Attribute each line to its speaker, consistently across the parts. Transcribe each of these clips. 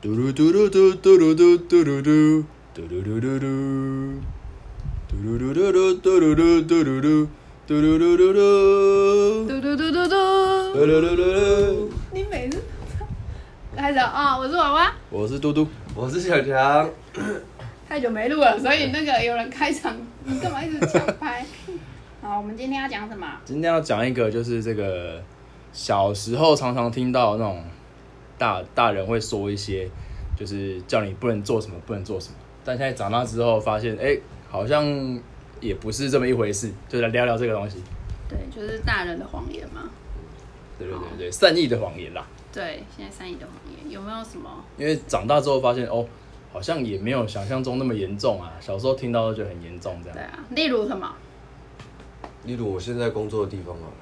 Speaker 1: 嘟噜嘟噜嘟嘟噜嘟嘟噜嘟嘟噜噜噜噜嘟噜噜噜噜嘟噜噜嘟噜噜嘟噜噜噜噜
Speaker 2: 嘟嘟嘟嘟嘟，
Speaker 1: 嘟噜噜噜噜。
Speaker 2: 你每次开始啊、我是娃娃，
Speaker 1: 我是嘟嘟，
Speaker 3: 我是小强，
Speaker 2: 太久没录了，所以那个有人开场，你干嘛一直抢 拍？好，我们今天要讲什么？
Speaker 1: 今天要讲一个就是这个小时候常常听到那种大大人会说一些，就是叫你不能做什么，不能做什么。但现在长大之后发现，哎、好像也不是这么一回事，就来聊聊这个东西。
Speaker 2: 对，就是大人的谎言嘛。
Speaker 1: 对对对对，善意的谎言啦。
Speaker 2: 对，现在善意的谎言有没有什么？
Speaker 1: 因为长大之后发现哦，好像也没有想象中那么严重啊。小时候听到就觉得很严重，这样
Speaker 2: 对啊，例如什么？
Speaker 3: 例如我现在工作的地方啊，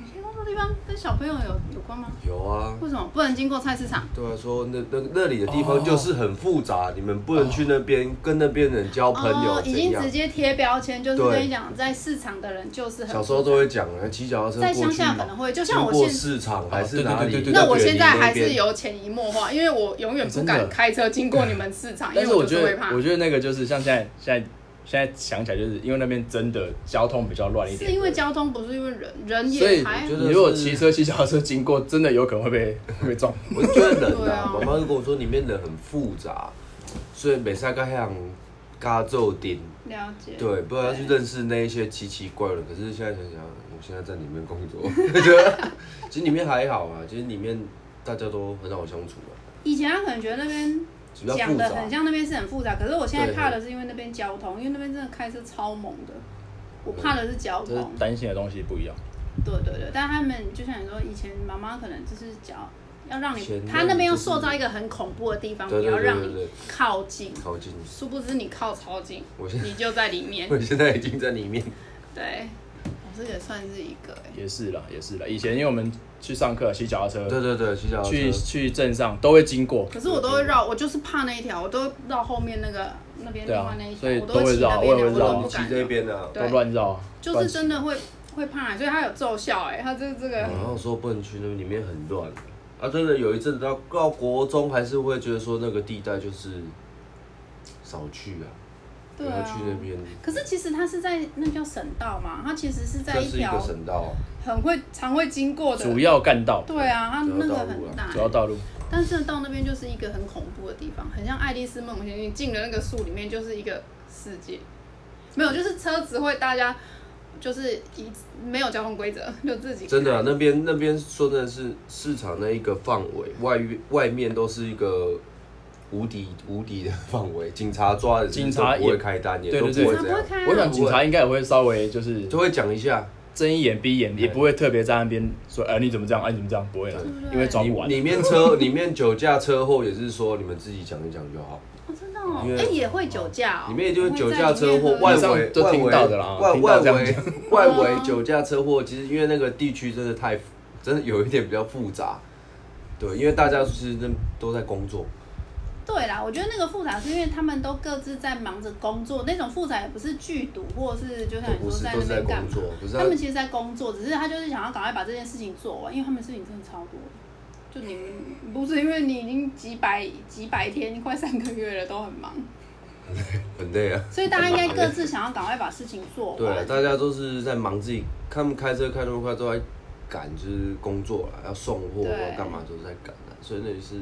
Speaker 2: 你现在工作地方跟小朋友有有关吗？
Speaker 3: 有啊，
Speaker 2: 为什么不能经过菜市场？
Speaker 3: 对啊，说那那那里的地
Speaker 2: 哦
Speaker 3: 方就是很复杂，你们不能去那边跟那边人交朋友，
Speaker 2: 哦，已
Speaker 3: 怎
Speaker 2: 经
Speaker 3: 样
Speaker 2: 直？接贴标签，就是
Speaker 3: 对
Speaker 2: 跟你讲，在市场的人就是很
Speaker 3: 小时候都会讲啊，骑脚踏车
Speaker 2: 在
Speaker 3: 过
Speaker 2: 乡
Speaker 3: 去
Speaker 2: 下可能会，就
Speaker 3: 经
Speaker 2: 像我
Speaker 3: 过
Speaker 2: 现
Speaker 3: 市场还是哪
Speaker 1: 哦对对对
Speaker 3: 里
Speaker 1: 对？对
Speaker 2: 那我现在还是
Speaker 3: 远离那边。
Speaker 2: 有潜移默化，因为我永
Speaker 3: 哎
Speaker 2: 远不敢开车经过你们市场，啊因
Speaker 1: 但
Speaker 2: 为
Speaker 1: 是我
Speaker 2: 就
Speaker 1: 觉
Speaker 2: 是会
Speaker 1: 得
Speaker 2: 怕，。
Speaker 1: 我觉得那个就是像现在现在现在想起来，就是因为那边真的交通比较乱一
Speaker 2: 是
Speaker 1: 点，
Speaker 2: 因为交通不是因为人，人
Speaker 1: 所
Speaker 2: 也
Speaker 1: 以
Speaker 2: 还
Speaker 3: 我觉得
Speaker 1: 你如果骑车骑脚踏车经过，真的有可能会被 会被 撞。
Speaker 2: 哦
Speaker 3: 我觉得人
Speaker 2: 对啊
Speaker 3: 啊，妈妈就跟我说里面人很复杂，啊所以每次跟像嘎奏丁，
Speaker 2: 了解。
Speaker 3: 对，不然要去认识那一些奇奇怪怪的。可是现在想想，我现在在里面工 作，就其实里面还好啊，其实里面大家都很好相处啊，
Speaker 2: 以前他可能觉得那边
Speaker 3: 比较
Speaker 2: 讲
Speaker 3: 复
Speaker 2: 的
Speaker 3: 杂
Speaker 2: 很。像那边是很复杂，可是我现在
Speaker 3: 对
Speaker 2: 怕的是因为那边交通，因为那边真的开车超猛的，我怕的是交
Speaker 1: 就是
Speaker 2: 通。
Speaker 1: 担心的东西不一样，
Speaker 2: 对对对，但他们就像你说，以前妈妈可能就是脚要让
Speaker 3: 前
Speaker 2: 你，
Speaker 3: 面
Speaker 2: 他那边要
Speaker 3: 就是
Speaker 2: 塑造一个很恐怖的地方，
Speaker 3: 对
Speaker 2: 不
Speaker 3: 对
Speaker 2: 要
Speaker 3: 对
Speaker 2: 让
Speaker 3: 对
Speaker 2: 你
Speaker 3: 对，
Speaker 2: 靠近。
Speaker 3: 靠近。
Speaker 2: 殊不知你靠超近，
Speaker 3: 我现
Speaker 2: 你就在里面。
Speaker 3: 我现在已经在里 面，
Speaker 2: 对，我哦这也算是一个哎、
Speaker 1: 也是啦，也是啦。以前因为我们去上课骑脚踏车，
Speaker 3: 对对对，骑脚踏
Speaker 1: 去
Speaker 3: 车，
Speaker 1: 去镇上都会经过，
Speaker 2: 可是我都会绕，我就是怕那一条，我都会绕后面那个那边
Speaker 1: 对
Speaker 2: 另
Speaker 1: 啊
Speaker 2: 外那一条，
Speaker 1: 所以
Speaker 2: 我
Speaker 1: 都
Speaker 2: 会
Speaker 1: 会
Speaker 2: 骑那
Speaker 1: 绕
Speaker 2: 边
Speaker 1: 我也
Speaker 2: 的，
Speaker 1: 会
Speaker 2: 我
Speaker 1: 绕
Speaker 2: 都
Speaker 3: 你
Speaker 2: 不
Speaker 3: 骑
Speaker 2: 敢
Speaker 3: 这
Speaker 2: 绕。
Speaker 3: 边啊。
Speaker 1: 都
Speaker 2: 对
Speaker 1: 乱绕，
Speaker 2: 就是真的会会怕，所以他有奏效哎、他这这个
Speaker 3: 然后说不能去那边，里面很乱。啊，真的有一阵子到到国中，还是会觉得说那个地带就是少去啊，不
Speaker 2: 对
Speaker 3: 要去
Speaker 2: 啊。
Speaker 3: 那边。
Speaker 2: 可是其实他是在那叫省道嘛，他其实是在
Speaker 3: 这
Speaker 2: 一
Speaker 3: 是一个
Speaker 2: 条
Speaker 3: 省道，
Speaker 2: 很会常会经过的。
Speaker 1: 主要干道，
Speaker 2: 对啊，他那
Speaker 3: 主
Speaker 2: 个
Speaker 3: 要道路啊
Speaker 2: 很大
Speaker 1: 主，要道路。
Speaker 2: 但是到那边就是一个很恐怖的地方，很像《爱丽丝梦游仙境》进了那个树里面就是一个世界，没有，就是车子会大家就是一没有交通规则， 就自己开
Speaker 3: 真的、啊，那边那边说真的是市场那一个范围，外外面都是一个无敌无敌的范围，警察抓的人
Speaker 1: 警察
Speaker 3: 都不
Speaker 1: 也
Speaker 3: 会开单，也
Speaker 1: 对
Speaker 3: 都
Speaker 1: 对
Speaker 3: 不
Speaker 1: 对
Speaker 2: 警
Speaker 3: 会
Speaker 2: 察
Speaker 3: 这
Speaker 2: 不会
Speaker 3: 样，
Speaker 2: 开啊
Speaker 1: 我想警察应该也会稍微就是
Speaker 3: 就会讲一下。
Speaker 1: 睁一眼闭一眼，也不会特别在那边说，哎、你怎么这样？哎、你怎么这样？不会了
Speaker 2: 对不，对
Speaker 1: 因为抓不完。
Speaker 3: 里 面车里面酒驾车祸也是说你们自己讲一讲就好，
Speaker 2: 哦，真的哦，
Speaker 3: 因
Speaker 2: 哎、
Speaker 3: 为
Speaker 2: 也会酒驾、哦，
Speaker 3: 里面也就是
Speaker 2: 会
Speaker 3: 酒
Speaker 2: 在
Speaker 3: 驾
Speaker 2: 里
Speaker 3: 车
Speaker 2: 面
Speaker 3: 祸
Speaker 2: 喝
Speaker 3: 外
Speaker 1: 以上
Speaker 3: 围
Speaker 1: 都
Speaker 3: 外
Speaker 1: 听
Speaker 3: 围
Speaker 1: 到的啦
Speaker 3: 外
Speaker 1: 听到
Speaker 3: 外
Speaker 1: 这样
Speaker 3: 围
Speaker 1: 讲
Speaker 3: 外围酒驾车祸，其实因为那个地区真的太真的有一点比较复杂，对，因为大家其实都都在工作，
Speaker 2: 对啦，我觉得那个复杂是因为他们都各自在忙着工作，那种复杂也不是剧毒，或是就像
Speaker 3: 都
Speaker 2: 你
Speaker 3: 不
Speaker 2: 说
Speaker 3: 是
Speaker 2: 在
Speaker 3: 都
Speaker 2: 那
Speaker 3: 是在
Speaker 2: 边
Speaker 3: 工
Speaker 2: 干嘛
Speaker 3: 作，，可是
Speaker 2: 他们其实在工作，只是他就是想要赶快把这件事情做完，因为他们事情真的超多的。就你不是因为你已经几百几百天，快三个月了，都很忙，
Speaker 3: 很 累啊。
Speaker 2: 所以大家应该各自想要赶快把事情做
Speaker 3: 对啊
Speaker 2: 完。，
Speaker 3: 大家都是在忙自己，他们开车开那么快都在赶，就是工作啦，要送货啊
Speaker 2: 对
Speaker 3: 要干嘛都在赶啊，所以那里是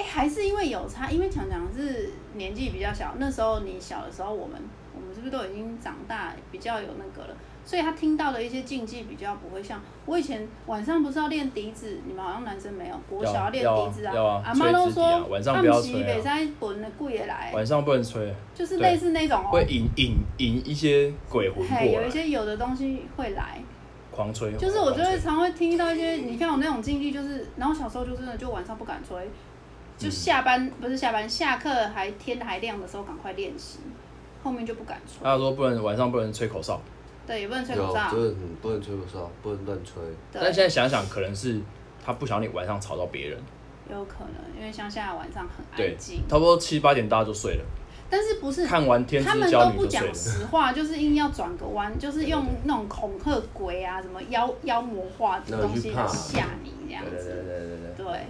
Speaker 2: 哎、还是因为有差，因为强强是年纪比较小，那时候你小的时候，我们我们是不是都已经长大，比较有那个了？所以他听到的一些禁忌比较不会像我以前晚上不是要练笛子，你们好像男生没有，国小练笛子
Speaker 1: 要啊要啊
Speaker 2: 阿妈都
Speaker 1: 吹笛
Speaker 2: 说
Speaker 1: 子啊晚上不要吹啊
Speaker 2: 北山滚的贵也来，
Speaker 1: 晚上不能吹，
Speaker 2: 就是类似那种哦
Speaker 1: 会，引引引一些鬼魂
Speaker 2: 嘿，
Speaker 1: 过
Speaker 2: 有一
Speaker 1: 来，
Speaker 2: 些有的东西会来，
Speaker 1: 狂吹。
Speaker 2: 就是我就
Speaker 1: 狂
Speaker 2: 会
Speaker 1: 吹
Speaker 2: 常会听到一些，你看我那种经历，就是，然后小时候就真的就晚上不敢吹，
Speaker 1: 嗯
Speaker 2: 就下班、不是下班，下课还天还亮的时候赶快练习，后面就不敢吹，
Speaker 1: 他说不能晚上不能吹口哨，
Speaker 2: 对，也不能吹
Speaker 3: 有
Speaker 2: 口哨
Speaker 3: 真，的很不能吹口哨，不能乱吹。
Speaker 2: 对
Speaker 1: 但，现在想想，可能是他不想你晚上吵到别人。
Speaker 2: 有可能因为乡下晚上很
Speaker 1: 对
Speaker 2: 安静，，
Speaker 1: 差不多七八点大家就睡了，
Speaker 2: 但是不是
Speaker 1: 看完《天
Speaker 2: 他
Speaker 1: 之
Speaker 2: 们
Speaker 1: 娇
Speaker 2: 都
Speaker 1: 女
Speaker 2: 不》
Speaker 1: 就
Speaker 2: 讲
Speaker 1: 睡了。
Speaker 2: 实话，就是硬要转个弯，就是用那种恐吓鬼啊、什么妖妖魔化的
Speaker 3: 那你
Speaker 2: 东
Speaker 3: 去
Speaker 2: 西
Speaker 3: 怕
Speaker 2: 来吓你这样
Speaker 1: 对对对
Speaker 2: 子，
Speaker 1: 对对对。
Speaker 2: 对，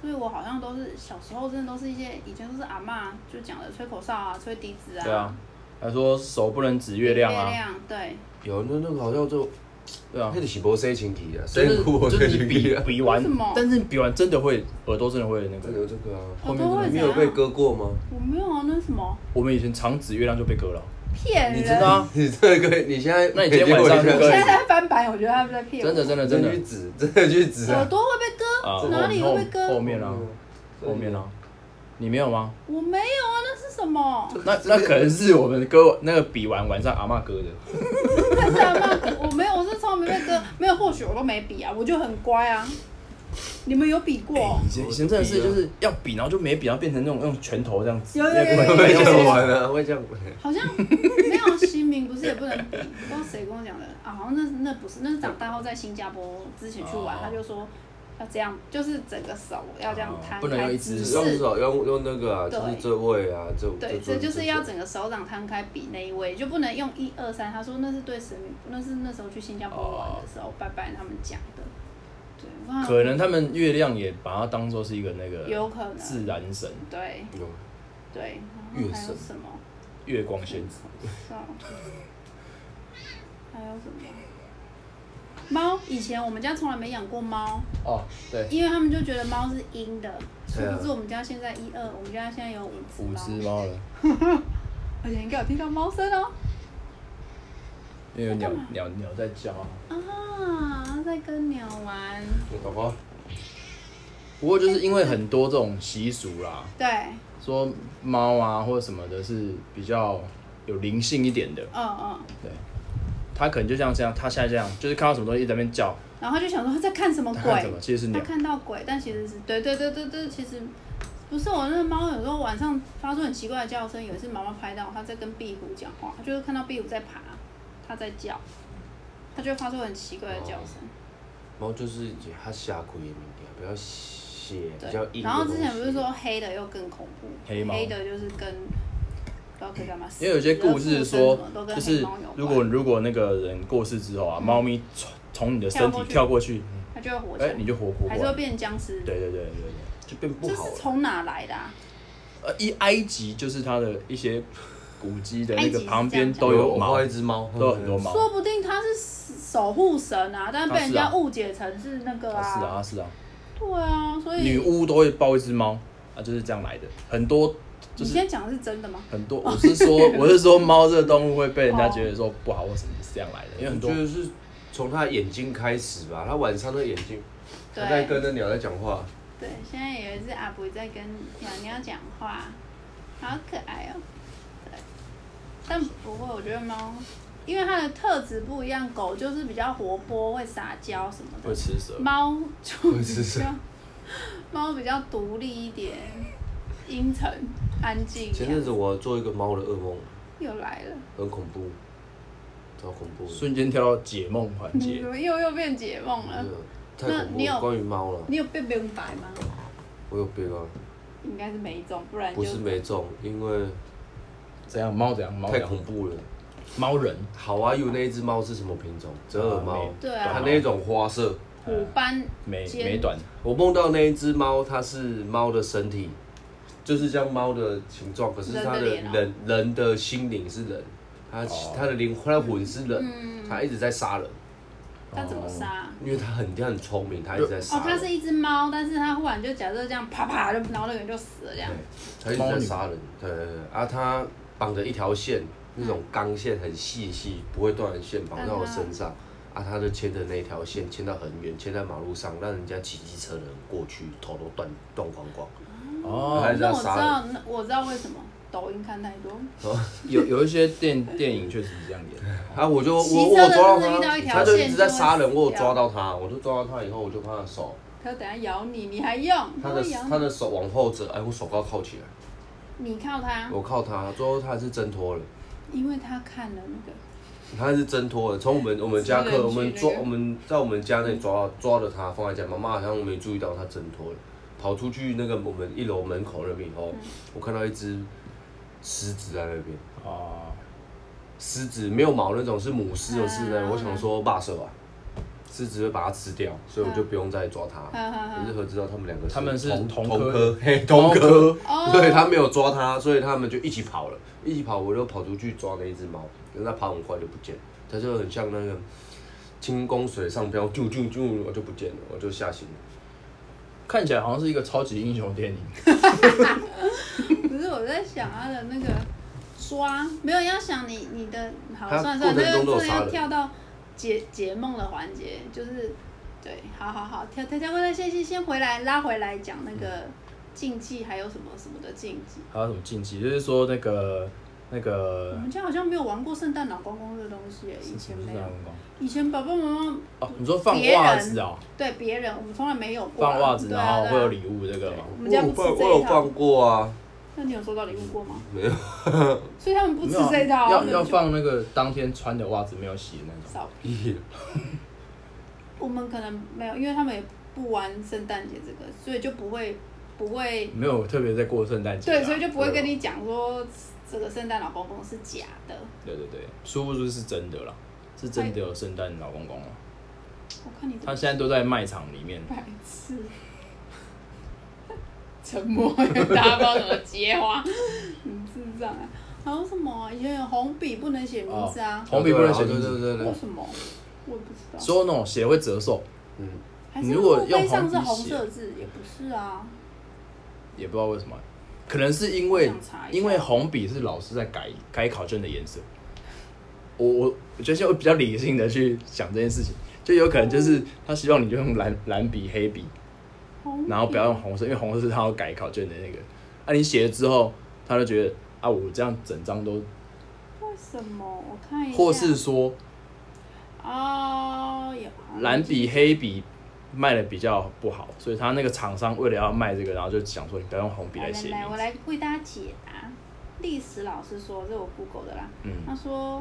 Speaker 2: 所以我好像都是小时候真的都是一些以前都是阿嬷就讲的吹口哨啊、吹笛子啊，
Speaker 1: 对啊，他说手不能指月亮啊，
Speaker 2: 对，
Speaker 3: 有那那个好像就
Speaker 1: 对啊，
Speaker 3: 那个是无洗清气啊，
Speaker 1: 就是
Speaker 3: 洗裤无洗
Speaker 1: 就是你
Speaker 3: 清气
Speaker 1: 比
Speaker 3: 啊。
Speaker 1: 比完
Speaker 2: 为什么，
Speaker 1: 但是你比完真的会耳朵真的会那
Speaker 3: 这
Speaker 1: 个。
Speaker 3: 个有这个啊，
Speaker 1: 后
Speaker 2: 耳
Speaker 1: 面
Speaker 2: 朵
Speaker 1: 真
Speaker 2: 会
Speaker 1: 的
Speaker 3: 你
Speaker 2: 怎
Speaker 3: 有被
Speaker 2: 样？
Speaker 3: 割过吗？
Speaker 2: 我没有啊，那是什么
Speaker 1: 我们以前常指月亮就被割了，
Speaker 2: 骗人？
Speaker 1: 你知 道啊？
Speaker 3: 你这个你现在
Speaker 1: 那你今天晚上
Speaker 3: 每
Speaker 1: 去
Speaker 3: 天
Speaker 1: 割
Speaker 2: 现
Speaker 1: 一
Speaker 2: 在
Speaker 1: 次，
Speaker 2: 在翻白，我觉得他们在骗我。
Speaker 1: 真的真的真
Speaker 3: 真
Speaker 1: 的
Speaker 3: 的去指，真的 去指
Speaker 2: 耳
Speaker 3: 啊。
Speaker 2: 朵会被割，
Speaker 1: 啊，
Speaker 2: 哪里
Speaker 1: 后
Speaker 2: 会被割
Speaker 1: 后面啊，后面啊，你没有吗？
Speaker 2: 我没有啊，那是什么？
Speaker 1: 那那可能是我们割那个比完晚上阿嬷割的，
Speaker 2: 但是阿嬷，我没有，我是从来没被割，没有，或许我都没比啊，我就很乖啊。你们有比过？
Speaker 1: 以前以前真的是啊就是要比，然后就没比，然后变成那种用拳头这样子。
Speaker 2: 有有有
Speaker 3: 会
Speaker 2: 有有
Speaker 3: 会这
Speaker 2: 有
Speaker 3: 样
Speaker 2: 有。
Speaker 3: 玩啊，会这样玩。
Speaker 2: 好像没有新民不是也不能比，不知道谁跟我讲的啊，好像那那不是，那是长大后在新加坡之前去玩，
Speaker 1: 哦
Speaker 2: 他就说要这样，就是整个手要这样
Speaker 1: 哦
Speaker 2: 摊
Speaker 1: 不能
Speaker 2: 开
Speaker 1: 用一只
Speaker 2: 姿
Speaker 1: 是手
Speaker 3: 用
Speaker 2: 势，
Speaker 3: 手用用那个啊，就是
Speaker 2: 对
Speaker 3: 这位啊，这
Speaker 2: 对，
Speaker 3: 这
Speaker 2: 这就是要整个手掌摊开比那一位，就不能用一二三。他说那是对神明，那是那时候去新加坡玩的时候，拜拜他们讲的。对，哇
Speaker 1: 可能他们月亮也把它当做是一个那个
Speaker 2: 有可能，
Speaker 1: 自然神，
Speaker 2: 对
Speaker 3: 有
Speaker 2: 对。
Speaker 3: 月
Speaker 2: 然后还有
Speaker 3: 神
Speaker 2: 什么？
Speaker 1: 月光仙子。
Speaker 2: 是啊还有什么？猫，以前我们家从来没养过猫，
Speaker 1: 哦，对，
Speaker 2: 因为他们就觉得猫是阴的。殊
Speaker 3: 对啊
Speaker 2: 不知我们家现在一二，我们家现在有五只
Speaker 1: 五
Speaker 2: 猫
Speaker 1: 只，猫了，
Speaker 2: 而且应该有听到猫声哦。
Speaker 1: 因为有鸟
Speaker 2: 在干嘛
Speaker 1: 鸟鸟在叫啊。
Speaker 2: 啊，在跟鸟玩。
Speaker 3: 宝宝，
Speaker 1: 不过就是因为很多这种习俗啦，
Speaker 2: 对，
Speaker 1: 说猫啊或者什么的是比较有灵性一点的，
Speaker 2: 嗯嗯。
Speaker 1: 它可能就像这样，它现在这样，就是看到什么东西一直在那边叫，
Speaker 2: 然后就想说在看什么
Speaker 1: 它看什
Speaker 2: 鬼
Speaker 1: 么，，其实是
Speaker 2: 他
Speaker 1: 鸟。
Speaker 2: 看到鬼，但其实是对对对对对，其实不是我那个猫，有时候晚上发出很奇怪的叫声。有一次妈妈拍到它在跟壁虎讲话，它就是看到壁虎在爬，它在叫，它就发出很奇怪的叫声。
Speaker 3: 猫就是它下跪的物件，比较血比较
Speaker 2: 对，
Speaker 3: 硬。
Speaker 2: 然后之前不是说，黑的又更恐怖，
Speaker 1: 黑猫
Speaker 2: 的就是跟不知道可以干嘛，
Speaker 1: 因为有些故事说
Speaker 2: 死了附身什么都，跟
Speaker 1: 就
Speaker 2: 黑
Speaker 1: 是
Speaker 2: 猫有关
Speaker 1: 如果如果那个人过世之后啊，猫咪从从你的身体跳
Speaker 2: 跳
Speaker 1: 过去，
Speaker 2: 它就会活
Speaker 1: 哎、
Speaker 2: 着，
Speaker 1: 你就活活过
Speaker 2: 还是会
Speaker 1: 来。
Speaker 2: 变僵尸。
Speaker 1: 对对对对对，就变不
Speaker 2: 这
Speaker 1: 好
Speaker 2: 是
Speaker 1: 了。
Speaker 2: 从哪来的、啊？
Speaker 1: 呃，一埃及就是它的一些古迹的那
Speaker 2: 埃及
Speaker 1: 个
Speaker 2: 是
Speaker 1: 旁边
Speaker 2: 这样讲
Speaker 1: 都有
Speaker 3: 我
Speaker 1: 猫，
Speaker 3: 抱一只猫，
Speaker 1: 都有很多。猫。
Speaker 2: 说不定它是守护神啊，但被人
Speaker 1: 它是
Speaker 2: 家
Speaker 1: 啊
Speaker 2: 误解成是那个
Speaker 1: 啊是啊是啊，
Speaker 2: 对啊，所以
Speaker 1: 女巫都会抱一只猫啊，就是这样来的。很多就
Speaker 2: 你
Speaker 1: 是
Speaker 2: 现在讲的是真的吗？
Speaker 1: 很多，我是 说我是说猫这个动物会被人家觉得说不好或什么是这样来的，因为
Speaker 3: 我
Speaker 1: 很多
Speaker 3: 觉得哦是从它眼睛开始吧，它晚上的眼睛，它在
Speaker 2: 对
Speaker 3: 跟那鸟在讲话。
Speaker 2: 对，现在有一只阿布在跟鸟鸟讲话，好可爱哦、对，但不会，我觉得猫，因为它的特质不一样，狗就是比较活泼，会撒娇什么
Speaker 1: 会
Speaker 2: 的，
Speaker 1: 吃蛇。
Speaker 2: 猫就
Speaker 3: 会
Speaker 2: 比
Speaker 3: 吃蛇
Speaker 2: 较， 猫比较独立一点，阴沉安静一
Speaker 3: 前阵
Speaker 2: 点。
Speaker 3: 子我做一个猫的噩梦，
Speaker 2: 又来了，
Speaker 3: 很恐怖，超恐怖的。
Speaker 1: 瞬间跳到解梦环
Speaker 2: 你
Speaker 1: 节
Speaker 2: 怎，么嗯又又变解梦了
Speaker 3: 真？
Speaker 2: 那
Speaker 3: 的太恐怖
Speaker 2: 你有
Speaker 3: 了。关于猫了，
Speaker 2: 你有被明白吗？
Speaker 3: 我有病啊，
Speaker 2: 应该是没中，不然就
Speaker 3: 不是没中，因为
Speaker 1: 怎样猫怎样猫
Speaker 3: 太
Speaker 1: 怎样
Speaker 3: 恐怖了。
Speaker 1: 猫人
Speaker 3: 好啊，有那一只猫是什么品种？折耳呃猫，
Speaker 2: 对
Speaker 3: 它
Speaker 2: 啊，
Speaker 3: 那种花色。
Speaker 2: 虎斑
Speaker 1: 美
Speaker 2: 尖
Speaker 1: 美短
Speaker 3: 我梦到那一只猫，它是猫的身体，就是像猫的形状，可是它的
Speaker 2: 人的脸
Speaker 3: 人
Speaker 2: 哦
Speaker 3: 人的心灵是人，它
Speaker 1: 哦
Speaker 3: 它的灵它的魂是人，
Speaker 2: 嗯，
Speaker 3: 它一直在杀人，
Speaker 2: 它怎么杀？
Speaker 3: 因为它很它很聪明，它一直在
Speaker 2: 哦，
Speaker 3: 杀
Speaker 2: 它是
Speaker 3: 人，
Speaker 2: 一只猫，但是它忽然就假设这样啪啪，就然后那个人就死了这样。
Speaker 3: 它一直在杀人。对对对，啊，它绑着一条线，那种钢线很细细，不会断的线绑在我身上。
Speaker 2: 嗯
Speaker 3: 啊，它就牵着那条线，牵到很远，牵在马路上，让人家骑机车的人过去，头都断断光光。
Speaker 1: 哦
Speaker 3: 还是
Speaker 2: 那
Speaker 3: 要
Speaker 2: 我知
Speaker 3: 杀
Speaker 2: 道，那我知道为什么抖音看太多，
Speaker 1: 有有一些电电影确实是这样演，
Speaker 3: 啊，我就
Speaker 2: 骑
Speaker 3: 我
Speaker 2: 车的
Speaker 3: 我抓到
Speaker 2: 就是遇到
Speaker 3: 他
Speaker 2: 一，条
Speaker 3: 他就一
Speaker 2: 线
Speaker 3: 直
Speaker 2: 就
Speaker 3: 在
Speaker 2: 会
Speaker 3: 杀人，
Speaker 2: 死
Speaker 3: 我有
Speaker 2: 掉
Speaker 3: 抓到他，我就抓到他以后，我就看他的手，
Speaker 2: 可等下咬你，你还用？
Speaker 3: 他的
Speaker 2: 会咬
Speaker 3: 他
Speaker 2: 你，啊
Speaker 3: 的手往后折，哎，我手高靠起来，
Speaker 2: 你靠它，
Speaker 3: 我靠他，最后他还是挣脱了，
Speaker 2: 因为它看了那个，
Speaker 3: 他还是挣脱了，从我们我们家
Speaker 2: 私
Speaker 3: 客，
Speaker 2: 人
Speaker 3: 我们
Speaker 2: 去那
Speaker 3: 抓
Speaker 2: 个
Speaker 3: 我们在我们家内抓抓着他放在家，妈妈好像没注意到他挣脱了，跑出去那个我们一楼门口那边以后，
Speaker 2: 嗯
Speaker 3: 我看到一只狮子在那边，
Speaker 1: 哦，
Speaker 3: 狮子没有毛那种，是母狮的狮呢，
Speaker 2: 啊
Speaker 3: 我想说霸蛇啊，狮子会把它吃掉，所以我就不用再抓它。
Speaker 2: 哈哈
Speaker 3: 可
Speaker 2: 哈。
Speaker 3: 是何知道他们两个
Speaker 1: 他们是
Speaker 3: 同
Speaker 1: 同科
Speaker 3: 科，嘿，同科，
Speaker 2: 哦，
Speaker 3: 对他没有抓它，所以他们就一起跑了，一起跑，我就跑出去抓那一只猫，可是它跑很快就不见了，它就很像那个轻功水上漂，啾啾啾，我就不见了，我就吓醒了。
Speaker 1: 看起来好像是一个超级英雄电影。
Speaker 2: 可是我在想他的那个抓，没有要想你你的好
Speaker 3: 他
Speaker 2: 算了算了，
Speaker 3: 过程
Speaker 2: 这
Speaker 3: 中都
Speaker 2: 个
Speaker 3: 有
Speaker 2: 这个
Speaker 3: 杀
Speaker 2: 要
Speaker 3: 人
Speaker 2: 跳到解解梦的环节，就是对，好好好，跳跳跳过来，先先先回来拉回来讲那个禁忌，还有什么什么的禁忌。
Speaker 1: 还有什么禁忌？就是说那个那
Speaker 2: 我
Speaker 1: 个
Speaker 2: 们家好像没有玩过圣诞老公公这东西耶，以
Speaker 1: 是
Speaker 2: 前
Speaker 1: 不是
Speaker 2: 没
Speaker 1: 那
Speaker 2: 有
Speaker 1: 样。吗？
Speaker 2: 以前爸爸妈妈
Speaker 1: 哦，你说放
Speaker 2: 别人
Speaker 1: 袜子啊，
Speaker 2: 对别人，我们从来没有过啊。
Speaker 1: 放袜子，
Speaker 2: 对啊
Speaker 1: 然后
Speaker 2: 对啊
Speaker 1: 会有礼物这个吗？
Speaker 2: 我们家不吃
Speaker 3: 哦我有
Speaker 2: 这
Speaker 3: 放我
Speaker 2: 一
Speaker 3: 有
Speaker 2: 套
Speaker 3: 放。过啊，
Speaker 2: 那你有收到礼物过吗？
Speaker 3: 没有。
Speaker 2: 所以他们不吃
Speaker 1: 没有啊
Speaker 2: 这一套啊。
Speaker 1: 要
Speaker 2: 他们
Speaker 1: 要
Speaker 2: 就
Speaker 1: 放那个当天穿的袜子没有洗的那种。
Speaker 2: 少。
Speaker 3: 屁
Speaker 2: 我们可能没有，因为他们也不玩圣诞节这个，所以就不会不会
Speaker 1: 没有特别在过圣诞节啊、
Speaker 2: 对，所以就不会
Speaker 1: 对啊
Speaker 2: 跟你讲说这个圣诞老公公是假的。
Speaker 1: 对对对，殊不知是真的啦，是真的有圣诞老公公啊，
Speaker 2: 我看你怎
Speaker 1: 他
Speaker 2: 么
Speaker 1: 现在都在卖场里面。
Speaker 2: 白痴， 沉默，大家不知道怎么接 话，你智障啊！还有什么啊？以前有红笔不能写名字啊，
Speaker 1: 红笔不能写名
Speaker 3: 对啊
Speaker 1: 字
Speaker 3: 对对对
Speaker 2: 为
Speaker 3: 对，
Speaker 2: 什么？我也不知道。
Speaker 1: 哦说那种写会折寿，
Speaker 3: 嗯，
Speaker 2: 还是
Speaker 1: 你如果
Speaker 2: 墓
Speaker 1: 用
Speaker 2: 碑上
Speaker 1: 红笔
Speaker 2: 是红
Speaker 1: 写
Speaker 2: 色字，也不是啊。
Speaker 1: 也不知道为什么，可能是因为
Speaker 2: 我想查一下
Speaker 1: 因为红笔是老师在改改考卷的颜色。我我我觉得现在我比较理性的去想这件事情，就有可能就是他希望你就用蓝蓝笔、黑笔，
Speaker 2: 红
Speaker 1: 然后不要用
Speaker 2: 笔
Speaker 1: 红色，因为红色是他要改考卷的那个。啊，你写了之后，他就觉得啊，我这样整张都，
Speaker 2: 为什么？我看一下。
Speaker 1: 或是说
Speaker 2: 哦，有啊
Speaker 1: 蓝笔、黑笔卖的比较不好，所以他那个厂商为了要卖这个，然后就想说你不要用红笔
Speaker 2: 来
Speaker 1: 来
Speaker 2: 来
Speaker 1: 写
Speaker 2: 来，我
Speaker 1: 名字。
Speaker 2: 来为大家解答。历史老师说，这是我 Google 的啦。
Speaker 1: 嗯，
Speaker 2: 他说，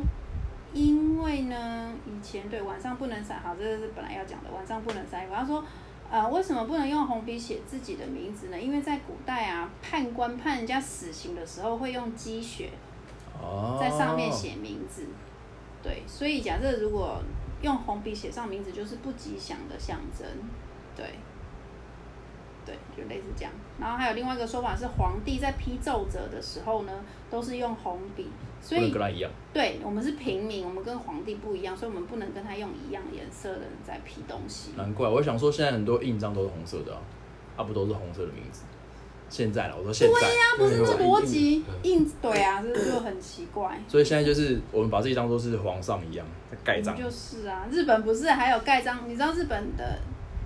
Speaker 2: 因为呢，以前对晚上不能晒，好，这个是本来要讲的，晚上不能晒衣服。他说，呃，为什么不能用红笔写自己的名字呢？因为在古代啊，判官判人家死刑的时候会用鸡血
Speaker 1: 哦，
Speaker 2: 在上面。写名字。对，所以假设如果用红笔写上名字，就是不吉祥的象征。对，对，就类似这样。然后还有另外一个说法是，皇帝在批奏折的时候呢，都是用红笔，所
Speaker 1: 不能
Speaker 2: 以
Speaker 1: 跟他一样，
Speaker 2: 对我们是平民，我们跟皇帝不一样，所以我们不能跟他用一样颜色的人在批东西。
Speaker 1: 难怪。我想说，现在很多印章都是红色的啊，啊不都是红色的名字？现在了，我说现在。
Speaker 2: 那不是
Speaker 1: 啊
Speaker 2: 这逻辑
Speaker 3: 对
Speaker 2: 印对啊，这就很奇怪。
Speaker 1: 所以现在就是我们把自己当做是皇上一样在盖章
Speaker 2: 我们，就是啊，日本不是还有盖章？你知道日本的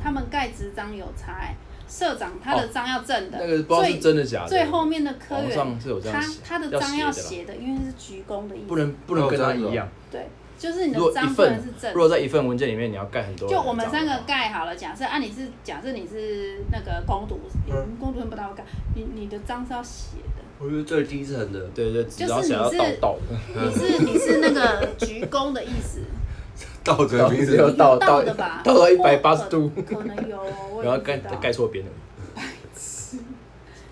Speaker 2: 他们盖职章有差、欸，社长他的章要正的，
Speaker 1: 哦那个不知道是
Speaker 2: 最
Speaker 1: 真的假的。
Speaker 2: 最后面的科
Speaker 1: 皇
Speaker 2: 员
Speaker 1: 上是有这样
Speaker 2: 他
Speaker 1: 写，
Speaker 2: 他的
Speaker 1: 要
Speaker 2: 章要
Speaker 1: 写的啦，
Speaker 2: 斜的，因为是鞠躬的意思，
Speaker 1: 不能不能跟他
Speaker 3: 哦
Speaker 1: 一样。
Speaker 2: 对，就是你
Speaker 1: 如果
Speaker 2: 的章
Speaker 1: 一
Speaker 2: 不
Speaker 1: 份
Speaker 2: 能是正
Speaker 1: 如
Speaker 2: 的。
Speaker 1: 果在一份文件里面你要盖很多人的章
Speaker 2: 就
Speaker 1: 的话，
Speaker 2: 我们三个盖好了，假设啊你是假设你是那个工读，
Speaker 3: 嗯
Speaker 2: 工读生不大会盖，你你的章是要斜的。
Speaker 3: 我觉得最低层的
Speaker 1: 对对，
Speaker 2: 是
Speaker 1: 只要想要
Speaker 2: 你
Speaker 1: 倒
Speaker 2: 是
Speaker 1: 倒的。
Speaker 2: 你是你是那个鞠躬的意 思，
Speaker 3: 倒着名字
Speaker 1: 倒，
Speaker 2: 你有
Speaker 1: 倒
Speaker 2: 的吧？
Speaker 1: 倒到180度
Speaker 2: 可可能有哦，我
Speaker 1: 然后
Speaker 2: 也不
Speaker 1: 盖
Speaker 2: 知道。
Speaker 1: 盖错边了。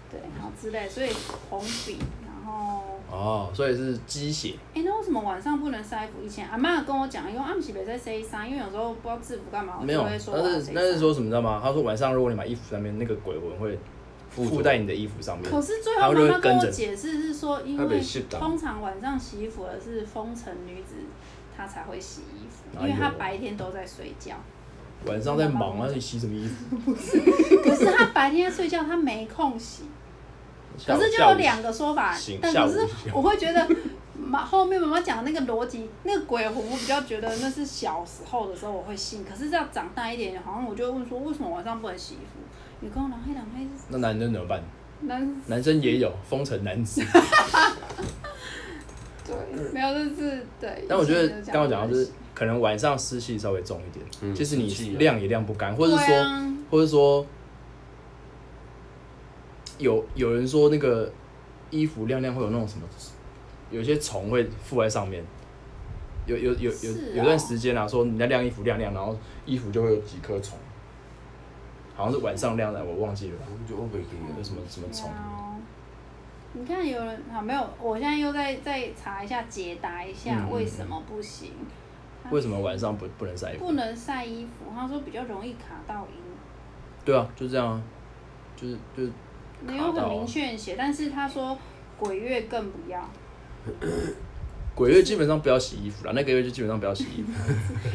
Speaker 2: 对，然后之类，所以红笔，然后，
Speaker 1: 哦，所以是鸡血，
Speaker 2: 哎、那为什么晚上不能晒衣服？以前阿妈跟我讲，因为暗时别再晒衣裳，因为有时候不知道制服干嘛，我
Speaker 1: 没有，
Speaker 2: 哦就会说我要
Speaker 1: 但
Speaker 2: 晒
Speaker 1: 是
Speaker 2: 衣
Speaker 1: 但是
Speaker 2: 裳。
Speaker 1: 说什么你知道吗？他说晚上如果你把衣服上面那个鬼魂会
Speaker 3: 附着
Speaker 1: 附在你的衣服上面，
Speaker 2: 可是最
Speaker 1: 然后
Speaker 2: 后妈
Speaker 1: 就会
Speaker 2: 妈跟
Speaker 1: 跟
Speaker 2: 我
Speaker 1: 着
Speaker 2: 解释是说，因
Speaker 3: 她
Speaker 2: 为
Speaker 3: 被吸到
Speaker 2: 通常晚上洗衣服的是风尘女子，她才会洗衣服，因
Speaker 1: 哎
Speaker 2: 为
Speaker 1: 呦
Speaker 2: 她白天都在睡觉。
Speaker 1: 晚上在忙啊，你洗什么衣服？
Speaker 2: 可是她白天在睡觉，她没空洗。
Speaker 1: 下
Speaker 2: 可
Speaker 1: 午
Speaker 2: 是就
Speaker 1: 下
Speaker 2: 有
Speaker 1: 午
Speaker 2: 两个说法
Speaker 1: 行，
Speaker 2: 但
Speaker 1: 下
Speaker 2: 可
Speaker 1: 午
Speaker 2: 是我会觉得妈后面妈妈讲的那个逻辑，那个鬼魂，我比较觉得那是小时候的时候我会信，可是这样长大一点，好像我就会问说，为什么晚上不能洗衣服？你跟我讲黑两黑是
Speaker 1: 那男生怎么办？
Speaker 2: 男
Speaker 1: 男生也有风尘男子，
Speaker 2: 对，没有就是对。
Speaker 1: 嗯但我觉得
Speaker 2: 以前就这样
Speaker 1: 刚刚讲到就是，可能晚上湿气稍微重一点，
Speaker 3: 嗯
Speaker 1: 其实你
Speaker 3: 湿气啊
Speaker 1: 晾也晾不干，或者
Speaker 2: 对
Speaker 1: 说，
Speaker 2: 啊
Speaker 1: 或者说，有有人说那个衣服晾晾会有那种什么，有些虫会附在上面。有有有有
Speaker 2: 是哦
Speaker 1: 有段时间啊，说你在晾衣服晾晾，然后衣服就会有几颗虫，好像是晚上晾的，我忘记了吧，
Speaker 3: 就欧美给
Speaker 1: 有什么什么虫，
Speaker 2: 喵你看有人啊，没有，我现在又在再查一下，解答一下
Speaker 1: 嗯
Speaker 2: 为什么不行。他
Speaker 1: 为什么晚上不不能晒衣服？
Speaker 2: 不能晒衣服？他说比较容易卡到音，
Speaker 1: 对啊，就这样啊，就是就是
Speaker 2: 没有
Speaker 1: 卡到
Speaker 2: 很
Speaker 1: 啊
Speaker 2: 明确写，但是他说鬼月更不要。
Speaker 1: 鬼月基本上不要洗衣服啦，那个月就基本上不要洗衣服。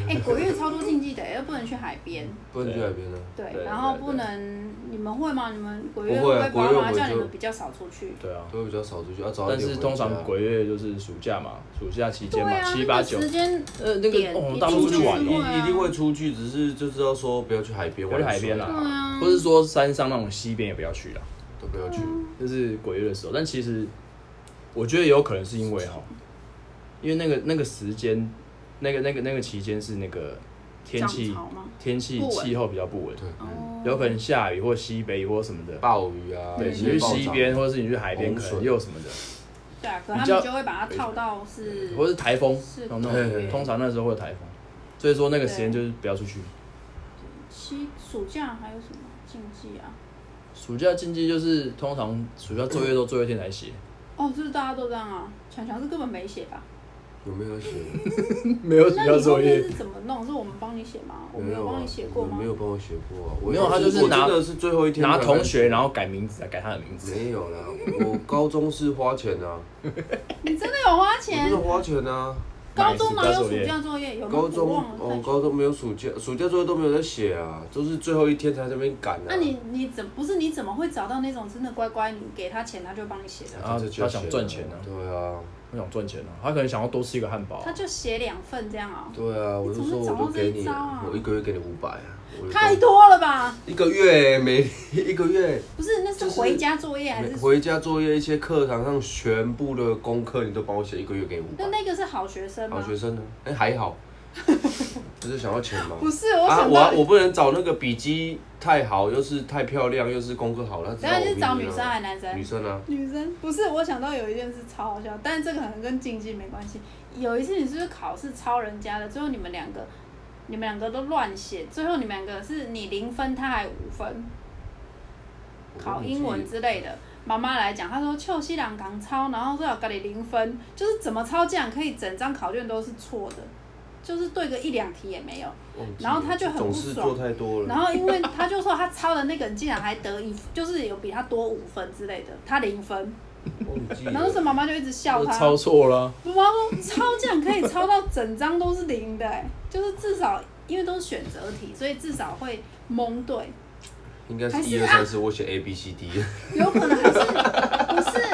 Speaker 2: 哎、鬼月超多禁忌的，又不能去海边，
Speaker 3: 不能去
Speaker 1: 对
Speaker 3: 海边啊。
Speaker 2: 对，
Speaker 1: 对
Speaker 2: 然后
Speaker 1: 对对
Speaker 2: 不能，你们会吗？你们鬼月
Speaker 3: 不会
Speaker 2: 会
Speaker 3: 啊
Speaker 2: 不会
Speaker 3: 鬼月
Speaker 2: 爸
Speaker 3: 我
Speaker 2: 妈
Speaker 3: 们
Speaker 2: 叫你
Speaker 3: 就
Speaker 2: 们比较少出去？
Speaker 1: 对啊，
Speaker 3: 都会比较少出去，要早一
Speaker 1: 但
Speaker 3: 点回
Speaker 1: 是
Speaker 3: 家。啊
Speaker 1: 通常鬼月就是暑假嘛，暑假期
Speaker 2: 啊对
Speaker 1: 间嘛，
Speaker 2: 啊，
Speaker 1: 七
Speaker 2: 那
Speaker 1: 八
Speaker 2: 个
Speaker 1: 九，
Speaker 2: 时间
Speaker 1: 呃，那
Speaker 2: 点
Speaker 1: 个哦，
Speaker 2: 一
Speaker 1: 大
Speaker 2: 定
Speaker 1: 陆
Speaker 3: 出
Speaker 1: 出去
Speaker 2: 就
Speaker 1: 玩
Speaker 2: 是
Speaker 1: 哦，
Speaker 2: 会啊
Speaker 3: 一一定会出去，只是就知道说不要去海边
Speaker 1: 不要
Speaker 3: 玩
Speaker 1: 去
Speaker 3: 水，
Speaker 1: 海边
Speaker 2: 对啊
Speaker 1: 啦，或是说山上那种溪边也不要去啦，
Speaker 3: 都不要去。
Speaker 1: 就是鬼月的时候。但其实我觉得有可能是因为哈，因为那个那个时间，那个那个那个期间是那个天
Speaker 2: 涨
Speaker 1: 气
Speaker 2: 潮吗
Speaker 1: 天气
Speaker 2: 不稳
Speaker 1: 气候比较不稳，
Speaker 3: 对，嗯
Speaker 2: 哦，
Speaker 1: 有可能下雨或西北雨或什么的。
Speaker 3: 暴雨啊，
Speaker 1: 对，
Speaker 3: 一
Speaker 1: 你
Speaker 3: 些
Speaker 1: 去
Speaker 3: 暴
Speaker 1: 西
Speaker 3: 涨
Speaker 1: 边，或者是你去海边，
Speaker 3: 洪
Speaker 1: 可能
Speaker 3: 水
Speaker 1: 又什么的。
Speaker 2: 对啊，可他
Speaker 1: 比较
Speaker 2: 们就会把它套到是
Speaker 1: 或是台风
Speaker 2: 是，
Speaker 1: 那种那
Speaker 3: 对
Speaker 1: 种
Speaker 3: 对对
Speaker 1: 通常那时候会有台风，所以说那个时间就是不要出去。
Speaker 2: 七暑假还有什么禁忌啊？
Speaker 1: 暑假禁忌就是通常暑假作业都最后一天才写，
Speaker 2: 哦，是不是大家都这样啊？强强是根本没写吧？
Speaker 3: 有没有啊写？
Speaker 1: 没有暑假
Speaker 2: 那你后
Speaker 1: 作
Speaker 2: 面
Speaker 1: 业
Speaker 2: 是，怎么弄？是我们帮你写吗？我们
Speaker 3: 没
Speaker 2: 有
Speaker 3: 啊
Speaker 2: 帮你写过
Speaker 3: 你
Speaker 2: 吗
Speaker 3: 没？有帮我写过啊。我
Speaker 1: 没有他就是
Speaker 3: 我
Speaker 1: 拿
Speaker 3: 真的是最后一天
Speaker 1: 拿
Speaker 3: 才
Speaker 1: 同
Speaker 3: 开始
Speaker 1: 学然后改名字啊，改他的名字。
Speaker 3: 没有啦，我高中是花钱啊，
Speaker 2: 你真的有花
Speaker 3: 我真
Speaker 2: 钱
Speaker 3: 的？花钱啊。
Speaker 2: 高中哪
Speaker 1: 买
Speaker 2: 有
Speaker 1: 暑假作业
Speaker 2: 暑假作业？有吗？
Speaker 3: 高中
Speaker 2: 我忘了。
Speaker 3: 哦，高中没有暑假，暑假作业都没有在写啊，都是最后一天才在那边赶啊。
Speaker 2: 那你你怎不是你怎么会找到那种真的乖乖？你给他钱，他就帮你写的。
Speaker 1: 啊
Speaker 3: 这就要
Speaker 1: 他想
Speaker 3: 写
Speaker 1: 赚钱啊
Speaker 3: 对啊，
Speaker 1: 他想赚钱啊，他可能想要多吃一个汉堡啊
Speaker 2: 他。就写两份这样啊、
Speaker 3: 对啊，我就
Speaker 2: 你怎
Speaker 3: 说
Speaker 2: 么
Speaker 3: 我
Speaker 2: 找到
Speaker 3: 就
Speaker 2: 这一
Speaker 3: 给你
Speaker 2: 招啊
Speaker 3: 啊，我一个月给你五百啊，我就
Speaker 2: 太多了吧？
Speaker 3: 一个月每一个月
Speaker 2: 不是，那是
Speaker 3: 就是
Speaker 2: 回家作业还
Speaker 3: 每
Speaker 2: 是？
Speaker 3: 回家作业一些课堂上全部的功课你都帮我写，一个月给你五
Speaker 2: 那
Speaker 3: 百。
Speaker 2: 那个是好学生
Speaker 3: 好
Speaker 2: 吗？
Speaker 3: 学生呢？哎，还好，只是想要钱嘛。
Speaker 2: 不是， 我
Speaker 3: 啊，
Speaker 2: 想
Speaker 3: 我
Speaker 2: 到
Speaker 3: 啊，我不能找那个笔记太好，又是太漂亮，又是功课好，那只
Speaker 2: 等下是找
Speaker 3: 我比
Speaker 2: 女
Speaker 3: 你
Speaker 2: 生还
Speaker 3: 啊
Speaker 2: 是男生？
Speaker 3: 女生啊，
Speaker 2: 女生不是，我想到有一件事超好笑，但是这个可能跟竞技没关系。有一次你是不是考试抄人家的，最后你们两个，你们两个都乱写，最后你们两个是你零分，他还五分，考英文之类的。妈妈来讲，她说邱西朗港抄，然后说要给你零分，就是怎么抄竟然可以整张考卷都是错的，就是对个一两题也没有。
Speaker 3: 忘记了，
Speaker 2: 然后他就很
Speaker 3: 总
Speaker 2: 不
Speaker 3: 是
Speaker 2: 爽
Speaker 3: 做太多
Speaker 2: 然
Speaker 3: 了，
Speaker 2: 后因为他就说他抄的那个人竟然还得一，就是有比他多五分之类的，他零分。
Speaker 3: 忘记
Speaker 2: 然后那时候
Speaker 3: 了。
Speaker 2: 妈妈就一直笑
Speaker 1: 都
Speaker 2: 他，
Speaker 1: 抄错了啊，
Speaker 2: 我妈说抄这样可以抄到整张都是零的、欸，就是至少因为都是选择题，所以至少会蒙对，
Speaker 3: 应该
Speaker 2: 还
Speaker 3: 是
Speaker 2: 是
Speaker 3: 一二
Speaker 2: 啊
Speaker 3: 三四，我写 A B C D，
Speaker 2: 有可能还是不是。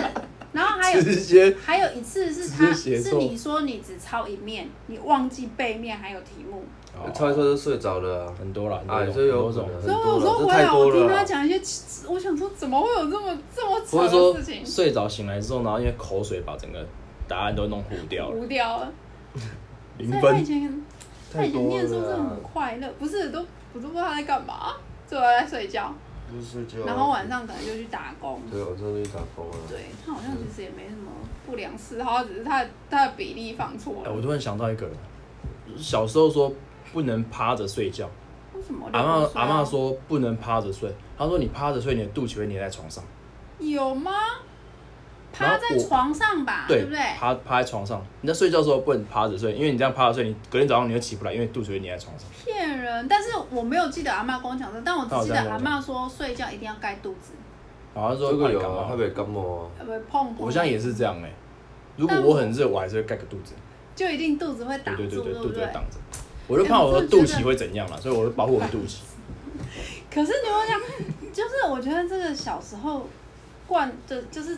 Speaker 2: 然后还有
Speaker 1: 直接
Speaker 2: 还有一次是他
Speaker 1: 直接写
Speaker 2: 是
Speaker 1: 错
Speaker 2: 你说你只抄一面，你忘记背面还有题目，
Speaker 1: 哦
Speaker 3: 抄一抄就睡着了啊。
Speaker 1: 很多啦，
Speaker 3: 哎
Speaker 1: 很
Speaker 3: 这有
Speaker 1: 多种
Speaker 3: 可能
Speaker 2: 所以
Speaker 3: 很多了
Speaker 2: 我说
Speaker 3: 这
Speaker 2: 回
Speaker 3: 太
Speaker 2: 来我
Speaker 3: 多了
Speaker 2: 听
Speaker 3: 啊
Speaker 2: 他讲一些，我想说怎么会有这么这么
Speaker 1: 或者
Speaker 2: 扯
Speaker 1: 说
Speaker 2: 的事情，
Speaker 1: 睡着醒来之后，然后因为口水把整个答案都弄糊掉了，
Speaker 2: 无聊了。
Speaker 1: 零
Speaker 2: 所以他以
Speaker 1: 分。
Speaker 2: 前他
Speaker 3: 太
Speaker 2: 以前
Speaker 3: 多
Speaker 2: 念书
Speaker 3: 了
Speaker 2: 是
Speaker 3: 啊
Speaker 2: 很，快乐，不是都我都不知道他在干嘛，最后在睡觉。
Speaker 3: 不睡觉。
Speaker 1: 啊
Speaker 2: 然后晚上可能就去打工。
Speaker 3: 对晚上就去打工啊。
Speaker 2: 对他好像其实也没什么不良嗜好，只是他的他的比例放错
Speaker 1: 哎，
Speaker 2: 了。
Speaker 1: 我突然想到一个人，小时候说不能趴着睡觉。
Speaker 2: 为什么？
Speaker 1: 阿嬷阿嬷，说不能趴着睡，她说你趴着睡，你的肚脐会粘在床上。
Speaker 2: 有吗？
Speaker 1: 然后
Speaker 2: 趴在
Speaker 1: 我
Speaker 2: 床上吧，对不对？
Speaker 1: 趴趴在床上，你在睡觉的时候不能趴着睡，因为你这样趴着睡，你隔天早上你就起不来，因为肚子会粘在床上。
Speaker 2: 骗人！但是我没有记得阿嬷跟我讲这，但我只记得阿嬷说睡觉一定要盖肚子，
Speaker 1: 然后她说
Speaker 3: 这个
Speaker 1: 怕你
Speaker 3: 有
Speaker 1: 感
Speaker 3: 啊，
Speaker 1: 冒
Speaker 3: 台北感冒啊。
Speaker 2: 呃，不碰碰。
Speaker 1: 我现在也是这样哎、如果我很热，我还是会盖个肚子，
Speaker 2: 就一定肚子会
Speaker 1: 对
Speaker 2: 挡
Speaker 1: 对
Speaker 2: 住，
Speaker 1: 对对，
Speaker 2: 不
Speaker 1: 肚子会
Speaker 2: 对？
Speaker 1: 挡着。我就怕我的肚脐会怎样了，所以我就保护我的肚 脐。
Speaker 2: 可是你会讲，就是我觉得这个小时候惯的，就是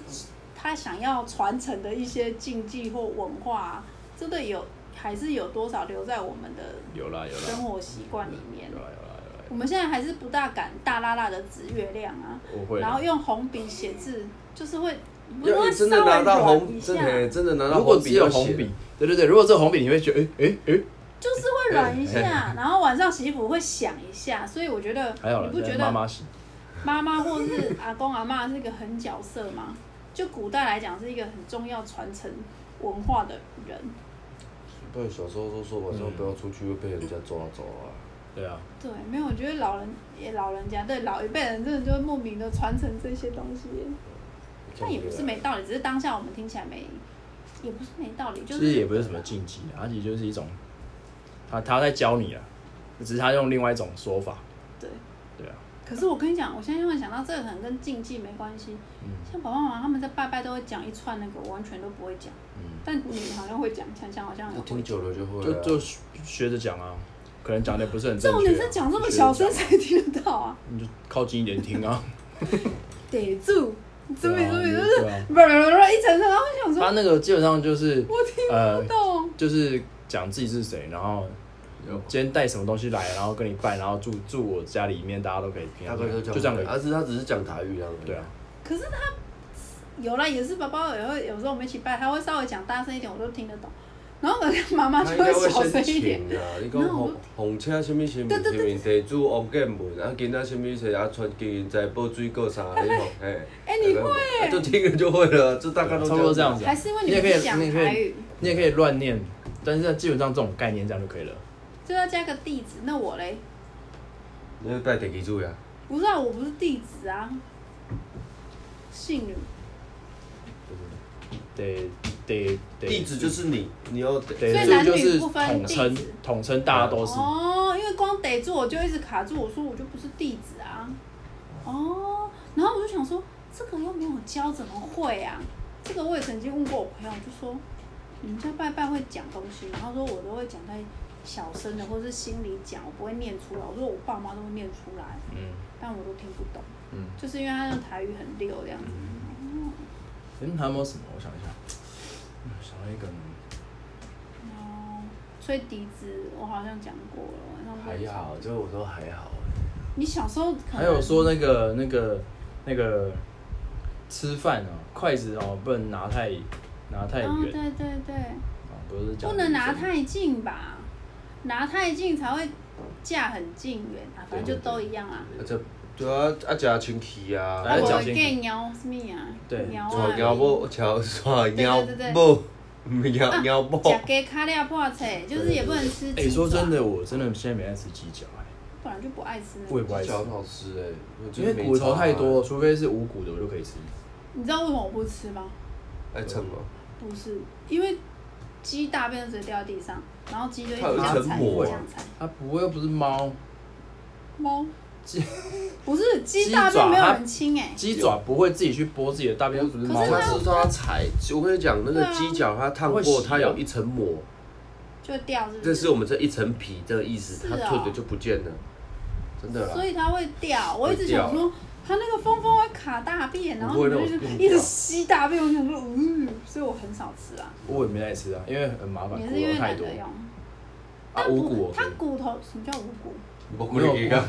Speaker 2: 他想要传承的一些禁忌或文化、啊，真的有还是有多少留在我们的
Speaker 1: 有啦有啦
Speaker 2: 生活习惯里面
Speaker 1: 有啦有。啦有啦，
Speaker 2: 我们现在还是不大敢大拉拉的指月亮啊，
Speaker 1: 我会啦。
Speaker 2: 然后用红笔写字，就是会，不是
Speaker 3: 要
Speaker 2: 会
Speaker 3: 你真的拿
Speaker 2: 稍
Speaker 3: 到
Speaker 2: 微软
Speaker 3: 红，
Speaker 2: 一
Speaker 3: 真
Speaker 2: 下，
Speaker 3: 的真的拿到
Speaker 1: 如果
Speaker 3: 红
Speaker 1: 只
Speaker 3: 笔
Speaker 1: 有
Speaker 3: 要
Speaker 1: 红
Speaker 3: 写
Speaker 1: 笔，，对对对，如果只有红笔，你会觉得哎哎哎，
Speaker 2: 就是会软一下，然后晚上洗衣服会响一下，所以我觉得
Speaker 1: 还好
Speaker 2: 你
Speaker 1: 了，
Speaker 2: 不
Speaker 1: 现
Speaker 2: 觉
Speaker 1: 在
Speaker 2: 得
Speaker 1: 妈妈洗。
Speaker 2: 妈妈或是阿公阿妈是一个很角色嘛，就古代来讲是一个很重要传承文化的人，
Speaker 3: 不然小时候都说晚上不要出去会被人家抓走啊。
Speaker 1: 对啊，
Speaker 2: 对，没有，我觉得老人也老人家对老一辈人真的就莫名的传承这些东西，但也不
Speaker 3: 啊
Speaker 2: 是没道理，只是当下我们听起来没，也不是没道理，就
Speaker 1: 其实也
Speaker 2: 是
Speaker 1: 不是什么禁忌啊，而且就是一种他他在教你啊，只是他用另外一种说法。
Speaker 2: 对。
Speaker 1: 对啊，
Speaker 2: 可是我跟你讲，我现在突然想到，这个可能跟禁忌没关系。像爸爸妈妈他们在拜拜都会讲一串那个，我完全都不会讲。但你好像会讲，强强好像
Speaker 3: 那
Speaker 2: 很
Speaker 3: 听
Speaker 2: 会。
Speaker 3: 久了就会
Speaker 1: 就
Speaker 3: 了啊。
Speaker 1: 就学着讲啊，可能讲的不是很正确、啊。
Speaker 2: 重点是讲这么小声，谁听得到啊？
Speaker 1: 你就靠近一点听 啊。
Speaker 2: 得住，注
Speaker 1: 对
Speaker 2: 意
Speaker 1: 啊
Speaker 2: 注意，
Speaker 1: 你
Speaker 2: 就
Speaker 1: 就是对啊
Speaker 2: 不不不一层层，然后我想
Speaker 1: 他
Speaker 2: 说，
Speaker 1: 那个基本上就是
Speaker 2: 我听
Speaker 1: 呃
Speaker 2: 不，懂。
Speaker 1: 就是讲自己是谁，然后今天带什么东西来，然后跟你拜，然后住住我家里面，大家都可以听
Speaker 3: 大
Speaker 1: 啊，
Speaker 3: 概就
Speaker 1: 就
Speaker 3: 这
Speaker 1: 这样
Speaker 3: 样
Speaker 1: 可
Speaker 3: 而
Speaker 1: 以
Speaker 3: 已，。而是他只是讲台语这样而已。
Speaker 1: 对啊，
Speaker 2: 可是他有啦，也是宝宝也会有时候我们一起拜，他会稍微讲大声一点，我都听得懂。然后可能妈妈
Speaker 3: 他
Speaker 2: 啊就
Speaker 3: 应
Speaker 2: 会
Speaker 3: 该
Speaker 2: 小
Speaker 3: 会
Speaker 2: 声
Speaker 3: 先
Speaker 2: 一点。
Speaker 3: 请啊！你讲红红车什么什么
Speaker 2: 对
Speaker 3: 什
Speaker 2: 对对
Speaker 3: 么地主王建文啊，今仔什么谁啊，穿金在报水果啥 的，你讲哎，
Speaker 2: 哎你会
Speaker 3: 啊就听了就会了，就大概都
Speaker 1: 差不多这样子啊
Speaker 2: 还是因为你
Speaker 1: 你也
Speaker 2: 们
Speaker 1: 可以
Speaker 2: 是讲
Speaker 1: 你也可以
Speaker 2: 台语，
Speaker 1: 你也可以乱念，但是基本上这种概念这样就可以了。
Speaker 2: 就要加个地址。那我嘞，
Speaker 3: 你要拜地基主呀？
Speaker 2: 不是啊，我不是地址啊，姓女。
Speaker 1: 得得得，
Speaker 3: 地址就是你，你要
Speaker 1: 得
Speaker 2: 所以
Speaker 1: 住
Speaker 2: 男女
Speaker 1: 就是
Speaker 2: 不分
Speaker 1: 统称
Speaker 2: 地址
Speaker 1: 统称大家都是。
Speaker 2: 哦，因为光逮住我就一直卡住，我说我就不是地址啊。哦，然后我就想说，这个又没有教，怎么会啊？这个我也曾经问过我朋友，就说你们家拜拜会讲东西吗，然后说我都会讲在小声的，或是心里讲，我不会念出来。我说我爸妈都会念出来，
Speaker 1: 嗯
Speaker 2: 但我都听不懂，
Speaker 1: 嗯，
Speaker 2: 就是因为他用台语很溜这样子。
Speaker 1: 嗯，还有没有什么？我想一下， 嗯想到一个
Speaker 2: 哦，所以笛子我好像讲过了，晚上不会
Speaker 3: 还
Speaker 2: 讲。
Speaker 3: 好，就我说还好。
Speaker 2: 你小时候可能
Speaker 1: 还有说那个那个那个吃饭啊，筷子哦、不能拿太拿太
Speaker 2: 哦，
Speaker 1: 远、
Speaker 2: 对对对。
Speaker 1: 啊，不是讲
Speaker 2: 不能拿太近吧？拿太近才会架很近远啊，反正就都一样啊。
Speaker 3: 啊，这对啊，啊，食清气啊，
Speaker 1: 反
Speaker 2: 啊，
Speaker 1: 正
Speaker 2: 我
Speaker 1: 讲
Speaker 2: 的 gay 鸟什么呀？
Speaker 1: 对
Speaker 2: 鸟
Speaker 3: 带猫
Speaker 2: 啊，
Speaker 3: 某，超带猫
Speaker 2: 对对对
Speaker 3: 某，唔是猫猫 某，
Speaker 2: 假给卡利亚破菜，就是也不能吃鸡爪。
Speaker 1: 哎、说真，的，我真的现在没爱吃鸡脚、哎，
Speaker 2: 本来就不爱吃那
Speaker 1: 我
Speaker 2: 个。
Speaker 1: 也不爱吃，
Speaker 3: 脚很好吃哎，我觉
Speaker 1: 因
Speaker 3: 得
Speaker 1: 为
Speaker 3: 没
Speaker 1: 骨头
Speaker 3: 差啊
Speaker 1: 太多，，除非是无骨的我就可以吃。
Speaker 2: 你知道为什么我不吃吗？
Speaker 3: 爱撑哦，
Speaker 2: 不是，因为鸡大便直接掉在地上，然后鸡就一直
Speaker 3: 它有一
Speaker 2: 这样
Speaker 3: 层
Speaker 2: 踩，
Speaker 3: 膜
Speaker 2: 这
Speaker 3: 啊
Speaker 2: 样踩。
Speaker 1: 它不会又不是猫，
Speaker 2: 猫
Speaker 1: 鸡
Speaker 2: 不是鸡
Speaker 1: 鸡
Speaker 2: 大便
Speaker 1: 爪
Speaker 2: 没有
Speaker 1: 它
Speaker 2: 人清哎，
Speaker 1: 鸡爪不会自己去剥自己的大便，又不是猫
Speaker 2: 可是它
Speaker 3: 它是说它踩，我跟你讲，那
Speaker 2: 对
Speaker 3: 个
Speaker 2: 啊
Speaker 3: 鸡脚它烫
Speaker 1: 会洗
Speaker 3: 过，它有
Speaker 1: 哦
Speaker 3: 一层膜，
Speaker 2: 就掉是不
Speaker 3: 这是
Speaker 2: 是？
Speaker 3: 我们这一层皮这个意思，
Speaker 2: 啊是
Speaker 3: 它
Speaker 2: 哦
Speaker 3: 退的就不见了，真
Speaker 1: 啊
Speaker 3: 的
Speaker 2: 所
Speaker 3: 啦。
Speaker 2: 以它会掉。我一直想
Speaker 3: 会
Speaker 2: 说，它那个蜂蜂会卡大便，然后你
Speaker 3: 不会
Speaker 2: 就是
Speaker 3: 那种
Speaker 2: 一直吸大便，我想说，嗯，所以我很少吃啊，
Speaker 1: 我也没爱吃啊，因为很麻烦，
Speaker 2: 也
Speaker 1: 骨
Speaker 2: 是因
Speaker 1: 头
Speaker 2: 为
Speaker 1: 太
Speaker 2: 懒
Speaker 1: 多
Speaker 2: 得用。
Speaker 1: 啊，
Speaker 2: 但
Speaker 1: 无骨我
Speaker 2: 它
Speaker 1: 可以
Speaker 2: 骨头什么叫无骨？
Speaker 3: 没
Speaker 1: 没有
Speaker 3: 给它，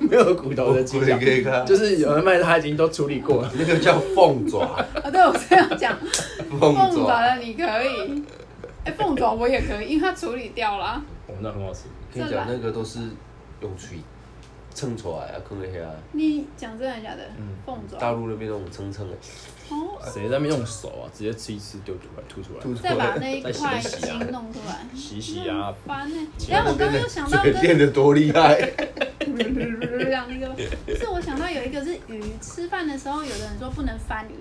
Speaker 1: 没有骨头的鸡脚，
Speaker 3: 给 它，
Speaker 1: 就是有人卖它已经都处理过了。
Speaker 3: 那个叫凤爪，
Speaker 2: 啊，对我这样讲，
Speaker 3: 凤
Speaker 2: 凤爪
Speaker 3: 爪，
Speaker 2: 的你可以，哎，凤爪我也可以，因为它处理掉了。啊
Speaker 1: 哦，那很好吃。
Speaker 3: 跟你讲那个都是用嘴蹭出来啊，坑一下，
Speaker 2: 你讲真的假的
Speaker 1: 嗯？
Speaker 2: 凤
Speaker 3: 大
Speaker 2: 爪，
Speaker 3: 陆那边那种蹭蹭的，
Speaker 2: 哦，
Speaker 1: 谁在那边用手啊？直接吃一吃丢出来，吐出来，
Speaker 3: 吐出
Speaker 2: 再把
Speaker 3: 来。
Speaker 2: 那 一
Speaker 1: 再洗
Speaker 2: 块
Speaker 1: 一洗啊
Speaker 2: 筋弄出来。
Speaker 1: 洗洗啊，
Speaker 2: 烦呢、欸！然后我刚刚又想到
Speaker 3: 水
Speaker 2: 跟
Speaker 3: 变得多厉害，
Speaker 2: 让那个，就是我想到有一个是鱼，吃饭的时候有的人说不能翻鱼，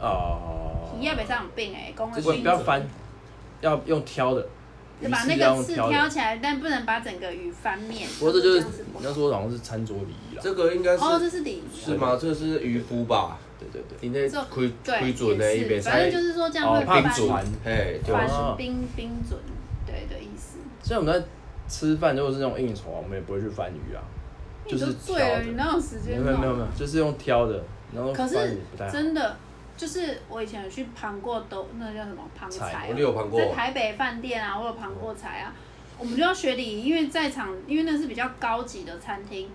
Speaker 1: 哦，
Speaker 2: 鱼要不上病哎、欸，公的
Speaker 1: 不不要翻，要用挑的，
Speaker 2: 就把
Speaker 1: 鱼
Speaker 2: 那
Speaker 1: 是要
Speaker 2: 个
Speaker 1: 用
Speaker 2: 刺
Speaker 1: 挑的
Speaker 2: 挑。起来，但不能把整个鱼翻面。
Speaker 1: 不过这就是
Speaker 2: 样子不
Speaker 1: 人家说好像是餐桌礼仪啦，
Speaker 3: 这个应该是
Speaker 2: 好哦，这是礼仪，
Speaker 3: 是吗？这是渔夫吧？
Speaker 1: 对对对，
Speaker 3: 应该
Speaker 2: 这
Speaker 3: 亏
Speaker 2: 哦对，
Speaker 3: 亏准的，
Speaker 2: 也
Speaker 3: 一
Speaker 2: 是，
Speaker 3: 边
Speaker 2: 反正
Speaker 3: 塞
Speaker 2: 就是说这样
Speaker 1: 哦
Speaker 2: 会，
Speaker 1: 怕
Speaker 2: 翻
Speaker 3: 冰
Speaker 1: 准
Speaker 3: 准，嘿，对
Speaker 1: 翻
Speaker 3: 吧？
Speaker 1: 哦
Speaker 2: 翻冰冰准，对的意思。
Speaker 1: 像我们在吃饭，如果是那种应酬啊，我们也不会去翻鱼啊，就
Speaker 2: 你都
Speaker 1: 是挑
Speaker 2: 醉了，
Speaker 1: 的。
Speaker 2: 你
Speaker 1: 没
Speaker 2: 哪有啊时间
Speaker 1: 有
Speaker 2: 弄？
Speaker 1: 没有没有没有，就是用挑的，然后
Speaker 2: 可
Speaker 1: 翻
Speaker 2: 是
Speaker 1: 鱼不太好。
Speaker 2: 真的，就是我以前有去旁过都，那叫什么旁
Speaker 1: 菜
Speaker 2: 菜、
Speaker 3: 我
Speaker 2: 啊
Speaker 3: 有旁过
Speaker 2: 在，台北饭店啊，我有旁过菜啊。我们就要学礼仪，因为在场，因为那是比较高级的餐厅，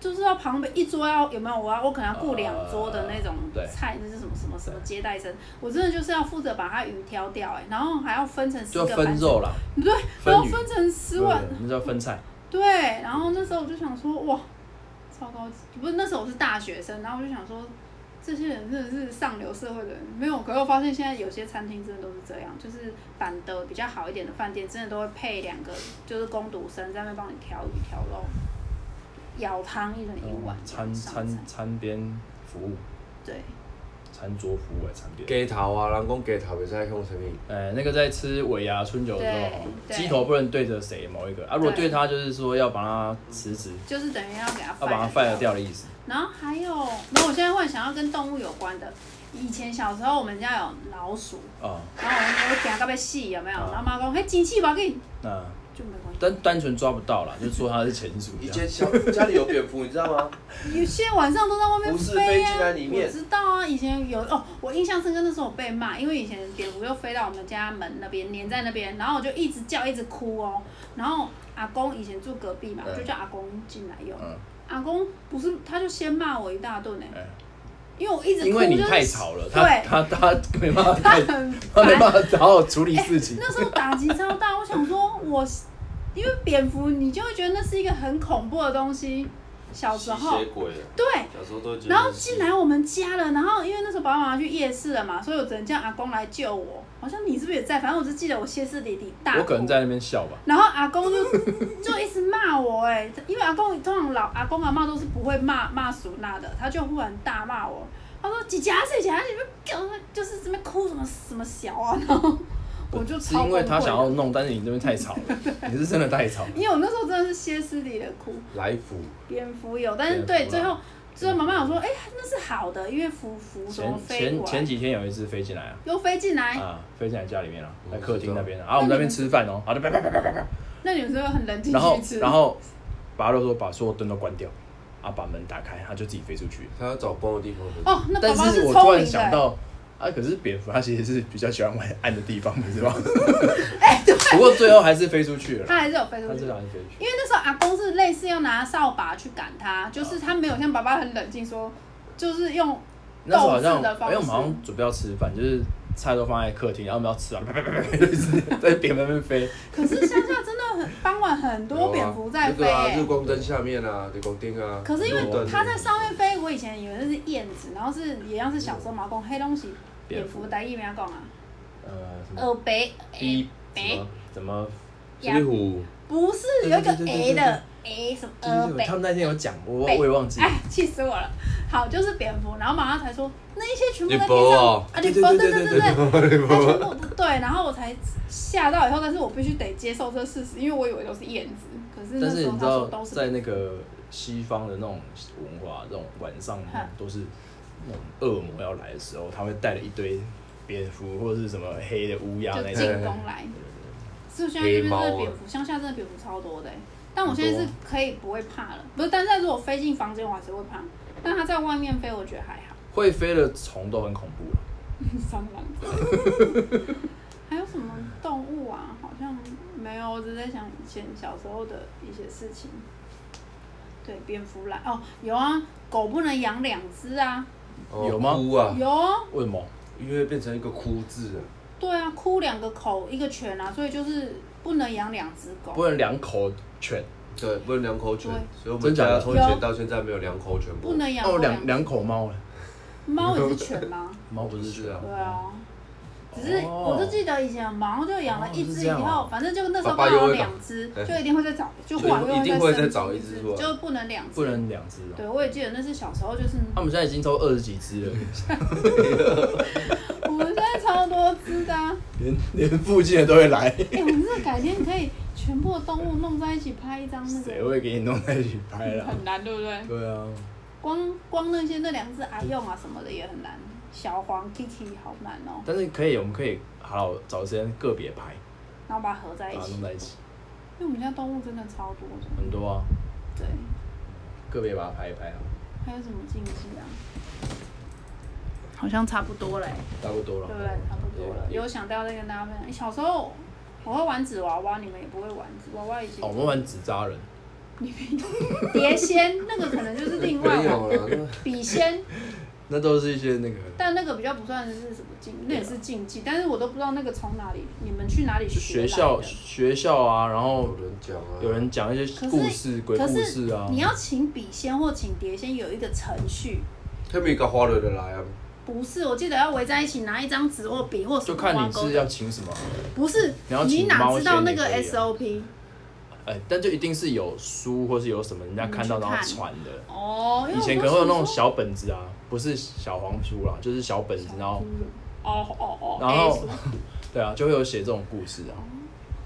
Speaker 2: 就是要旁边一桌要有没有？我要我可能要顾两桌的那种
Speaker 1: 呃对
Speaker 2: 菜，那是什么什么什
Speaker 1: 呃
Speaker 2: 么接待生，我真的就是要负责把它鱼挑掉哎、然后还要分成十
Speaker 1: 就
Speaker 2: 个
Speaker 1: 要
Speaker 2: 盘
Speaker 1: 分
Speaker 2: 子，
Speaker 1: 肉啦，
Speaker 2: 对，
Speaker 1: 分
Speaker 2: 然后
Speaker 1: 鱼
Speaker 2: 分成十碗，
Speaker 1: 对那叫分菜。
Speaker 2: 对，然后那时候我就想说，哇，超高级！不是那时候我是大学生，然后我就想说，这些人真的是上流社会的人。没有，可是我发现现在有些餐厅真的都是这样，就是板的比较好一点的饭店，真的都会配两个就是工读生在那边帮你挑鱼挑肉，舀汤一人一碗
Speaker 1: 哦嗯餐
Speaker 2: 这样上菜
Speaker 1: 餐餐边服务，
Speaker 2: 对，
Speaker 1: 餐桌服务来餐点。
Speaker 3: 鸡头啊，人讲鸡头袂使用啥物，
Speaker 1: 呃，那个在吃尾牙春酒的时候，
Speaker 2: 对对
Speaker 1: 鸡头不能对着谁某一个啊，如果对他就是说要把他辞职，
Speaker 2: 就是等于要给它
Speaker 1: 要把他
Speaker 2: fire
Speaker 1: fire 掉的意思。
Speaker 2: 然后还有，然后我现在会想要跟动物有关的。以前小时候我们家有老鼠，
Speaker 1: 啊、
Speaker 2: 然后我们就惊到要死，有没有？
Speaker 1: 啊
Speaker 2: 然后妈讲，嘿，机器吧，给你
Speaker 1: 那
Speaker 2: 就没关
Speaker 1: 但单纯抓不到 啦，就说他是前主。
Speaker 3: 以前小家里有蝙蝠，你知道吗？
Speaker 2: 系。有些晚上都在外面
Speaker 3: 不是
Speaker 2: 飞
Speaker 3: 飞进
Speaker 2: 啊，
Speaker 3: 来里面
Speaker 2: 我知道啊。以前有哦，我印象深刻，那时候我被骂，因为以前蝙蝠又飞到我们家门那边，粘在那边，然后我就一直叫，一直哭哦。然后阿公以前住隔壁嘛，
Speaker 1: 嗯
Speaker 2: 就叫阿公进来用。
Speaker 1: 嗯，
Speaker 2: 阿公不是，他就先骂我一大顿呢、欸
Speaker 1: 嗯
Speaker 2: 因为我一直哭，
Speaker 1: 因为你
Speaker 2: 就是
Speaker 1: 太吵了，他
Speaker 2: 对，
Speaker 1: 他他没办法
Speaker 2: 他
Speaker 1: 太，
Speaker 2: 很
Speaker 1: 他没
Speaker 2: 烦。
Speaker 1: 办法好好处理事情。
Speaker 2: 那时候打击超大，我想说我，因为蝙蝠，你就会觉得那是一个很恐怖的东西。小时候
Speaker 3: 吸，血鬼啊，
Speaker 2: 对，
Speaker 3: 小时候都觉得。
Speaker 2: 然后进来我们家了，然后因为那时候爸爸妈妈去夜市了嘛，所以我只能叫阿公来救我。好像你是不是也在？反正我就记得我歇斯底里大哭。
Speaker 1: 我可能在那边笑吧。
Speaker 2: 然后阿公就就一直骂我哎、因为阿公通常老阿公阿妈都是不会骂骂俗辣的，他就忽然大骂我，他说啊几夹谁夹你们干嘛就是这边哭什么什么小啊，然后我就超
Speaker 1: 是因为他
Speaker 2: 崩溃
Speaker 1: 想
Speaker 2: 的
Speaker 1: 要弄，但是你这边太吵了，你是真的太吵了。
Speaker 2: 因为我那时候真的是歇斯底里的哭，
Speaker 3: 来福，
Speaker 2: 蝙蝠有，但是
Speaker 1: 蝙蝠
Speaker 2: 对
Speaker 1: 啊
Speaker 2: 最后最后妈妈有说，哎、那是好的，因为蝠蝠什么
Speaker 1: 前
Speaker 2: 飞
Speaker 1: 前
Speaker 2: 过
Speaker 1: 前
Speaker 2: 来，哎
Speaker 1: 几天有一只飞进来啊，
Speaker 2: 又飞进来，
Speaker 1: 啊，飞进来家里面啊，在
Speaker 3: 我
Speaker 1: 客
Speaker 3: 知
Speaker 1: 厅那
Speaker 3: 道
Speaker 1: 边啊，啊我们在那边吃饭哦，好的，拜拜拜拜拜拜。
Speaker 2: 那你们是不是很冷静
Speaker 1: 然后
Speaker 2: 去吃？
Speaker 1: 然后拔肉说把所有灯都关掉，啊，把门打开，它就自己飞出去。
Speaker 3: 他要找光的地方很。
Speaker 2: 哦，那宝
Speaker 1: 但
Speaker 2: 宝
Speaker 1: 是我
Speaker 2: 聪
Speaker 1: 突
Speaker 2: 明
Speaker 1: 然
Speaker 2: 的、
Speaker 1: 想到，啊，可是蝙蝠它其实是比较喜欢玩暗的地方，不是吗？
Speaker 2: 哎、对，
Speaker 1: 不过最后还是飞出去了
Speaker 2: 他
Speaker 1: 啦，
Speaker 2: 还是有飞出
Speaker 1: 它
Speaker 2: 去
Speaker 1: 最。后还是飞出去。
Speaker 2: 因为那时候阿公是类似要拿扫把去赶他，就是他没有像爸爸很冷静说，就是用
Speaker 1: 那时候好像，
Speaker 2: 斗智的
Speaker 1: 因
Speaker 2: 方
Speaker 1: 为我们
Speaker 2: 式
Speaker 1: 好像准备要吃饭，就是菜都放在客厅，然后我们要吃啊，啪啪啪啪啪就是在蝙蝠那边飞。
Speaker 2: 可是乡下真的很傍晚很多蝙蝠在飞、
Speaker 3: 有啊那个啊，
Speaker 2: 欸
Speaker 3: 日光灯下面啊，日光灯啊。
Speaker 2: 可是因为
Speaker 3: 路灯
Speaker 2: 它在上面飞，我以前以为那是燕子，然后是也像是小时候嘛讲黑东西，蝙蝠台语名讲啊，
Speaker 1: 呃，什么
Speaker 2: 耳白诶，
Speaker 1: 一什么怎么？
Speaker 2: 呀
Speaker 3: 壁虎，
Speaker 2: 不是
Speaker 1: 对
Speaker 2: 有一个
Speaker 1: 对对对
Speaker 2: A 的 A 什么
Speaker 1: 对
Speaker 2: 耳
Speaker 1: 对对，
Speaker 2: 白
Speaker 1: 他，们那天有讲，我
Speaker 2: 呃北
Speaker 1: 我也忘记。
Speaker 2: 哎，气死我了。好，就是蝙蝠，然后马上才说那一些全部在
Speaker 3: 绿波
Speaker 2: 天上
Speaker 3: 哦
Speaker 2: 啊，
Speaker 1: 对
Speaker 2: 绿
Speaker 1: 对
Speaker 2: 波，
Speaker 1: 对
Speaker 2: 对
Speaker 1: 对
Speaker 2: 对
Speaker 1: 对
Speaker 2: 对对。他全部不对，然后我才吓到以后，但是我必须得接受这事实，因为我以为都是燕子，可是那
Speaker 1: 但是
Speaker 2: 时候
Speaker 1: 你知
Speaker 2: 他说
Speaker 1: 道，
Speaker 2: 都是
Speaker 1: 在那个西方的那种文化，这种晚上
Speaker 2: 哼
Speaker 1: 都是那种恶魔要来的时候，他会带了一堆蝙蝠或者是什么黑的乌鸦
Speaker 2: 就
Speaker 1: 那
Speaker 2: 进
Speaker 1: 种。
Speaker 2: 攻来，是不是现在这边真
Speaker 3: 黑
Speaker 2: 的
Speaker 3: 猫啊
Speaker 2: 蝙蝠，乡下真的蝙蝠超多的欸、但我现
Speaker 1: 啊
Speaker 2: 在是可以不会怕了，不是，但是如果飞进房间我还是会怕，但它在外面飞我觉得还好，
Speaker 1: 会飞的虫都很恐怖啊
Speaker 2: 蟑螂之类的。还有什么动物啊？好像没有，我只在想以前小时候的一些事情。对，蝙蝠来哦，有啊，狗不能养两只啊，
Speaker 3: 哦
Speaker 1: 有吗
Speaker 3: 哭啊，
Speaker 2: 有啊。
Speaker 1: 为什么？
Speaker 3: 因为变成一个哭字啊。
Speaker 2: 对啊，哭两个口一个犬啊，所以就是不能养两只狗。
Speaker 1: 不能两口犬
Speaker 3: 对，不能两口犬
Speaker 2: 对，
Speaker 3: 所以我
Speaker 1: 真
Speaker 3: 们
Speaker 1: 假的
Speaker 3: 家从以前到现在没有两口犬过。
Speaker 2: 不能养
Speaker 1: 哦，
Speaker 2: 过
Speaker 1: 两
Speaker 2: 两
Speaker 1: 两口猫嘞，啊
Speaker 2: 猫也是犬吗？
Speaker 1: 猫不是犬
Speaker 3: 是啊
Speaker 2: 对啊，只是
Speaker 1: 哦
Speaker 2: 我就记得以前毛就养了一
Speaker 1: 哦是这
Speaker 2: 只以
Speaker 1: 样
Speaker 2: 后，
Speaker 1: 哦
Speaker 2: 反正就那时候
Speaker 3: 爸
Speaker 2: 刚
Speaker 3: 爸又
Speaker 2: 好
Speaker 3: 会
Speaker 2: 两只，
Speaker 3: 对
Speaker 2: 就一定会再找，就忽然
Speaker 3: 对
Speaker 2: 又
Speaker 3: 一定会
Speaker 2: 再
Speaker 3: 再找
Speaker 2: 一
Speaker 3: 一只出来
Speaker 2: 就不能两
Speaker 1: 不
Speaker 2: 只。
Speaker 1: 能两只哦。
Speaker 2: 对，我也记得那是小时候，就是
Speaker 1: 他们现在已经抽二十几只了，
Speaker 2: 我们现在超多只的、啊。
Speaker 1: 连 连附近的都会来，
Speaker 2: 哎、我们这改天可以全部的动物弄在一起拍一张那
Speaker 1: 谁
Speaker 2: 个，
Speaker 1: 会给你弄在一起拍 啦？
Speaker 2: 很难，对不对？
Speaker 1: 对啊，
Speaker 2: 光光那些那两只阿用啊什么的也很难，小黄 Kiki 好难哦，
Speaker 1: 但是可以，我们可以好找时间个别拍，
Speaker 2: 然后把它合在
Speaker 1: 把
Speaker 2: 一
Speaker 1: 它
Speaker 2: 起
Speaker 1: 弄。在一起，
Speaker 2: 因为我们家动物真的超多的，
Speaker 1: 很多啊，
Speaker 2: 对，
Speaker 1: 个别把它拍一拍啊，
Speaker 2: 还有什么禁忌啊？好像差不多嘞，
Speaker 1: 差不多
Speaker 2: 对
Speaker 1: 了
Speaker 2: 不。对？差不多了。有想到再跟大家分享。哎小时候我会玩纸娃娃，你们也不会玩纸娃娃，以前
Speaker 1: 哦，我们玩纸扎人，
Speaker 2: 碟仙那个可能就是另外
Speaker 3: 没
Speaker 2: 玩
Speaker 3: 有啊了，
Speaker 2: 笔仙，
Speaker 1: 那都是一些那个
Speaker 2: 但那个比较不算是什么禁，
Speaker 1: 啊
Speaker 2: 那也是禁忌，但是我都不知道那个从哪里，你们去哪里
Speaker 1: 就
Speaker 2: 学
Speaker 1: 学
Speaker 2: 来
Speaker 1: 校
Speaker 2: 的
Speaker 1: 学校啊，然
Speaker 3: 那
Speaker 1: 后
Speaker 3: 有人讲啊，
Speaker 1: 有人讲一些故事、鬼
Speaker 2: 可
Speaker 1: 故
Speaker 2: 是
Speaker 1: 事啊，
Speaker 2: 你要请笔仙或请碟仙有一个程序，
Speaker 3: 他们一个花了的来啊，
Speaker 2: 不是，我记得要围在一起拿一张纸或笔或什
Speaker 1: 就
Speaker 2: 么
Speaker 1: 看
Speaker 2: 挂
Speaker 1: 你
Speaker 2: 钩
Speaker 1: 是
Speaker 2: 的，
Speaker 1: 要请什么，
Speaker 2: 不是
Speaker 1: 你要
Speaker 2: 你
Speaker 1: 请
Speaker 2: 哪
Speaker 1: 猫
Speaker 2: 知道
Speaker 1: 仙
Speaker 2: 那
Speaker 1: 也
Speaker 2: 个
Speaker 1: 可以啊
Speaker 2: SOP？
Speaker 1: 哎，但就一定是有书或是有什么人家看到
Speaker 2: 你
Speaker 1: 然
Speaker 2: 去
Speaker 1: 后
Speaker 2: 看
Speaker 1: 传的，
Speaker 2: 哦，因为
Speaker 1: 以前
Speaker 2: 我
Speaker 1: 可能会有那
Speaker 2: 想
Speaker 1: 种
Speaker 2: 说
Speaker 1: 小本子啊，不是小黄书啦，就是小本子，然后
Speaker 2: 哦哦哦，
Speaker 1: 然后
Speaker 2: A
Speaker 1: 对啊，就会有写这种故事啊。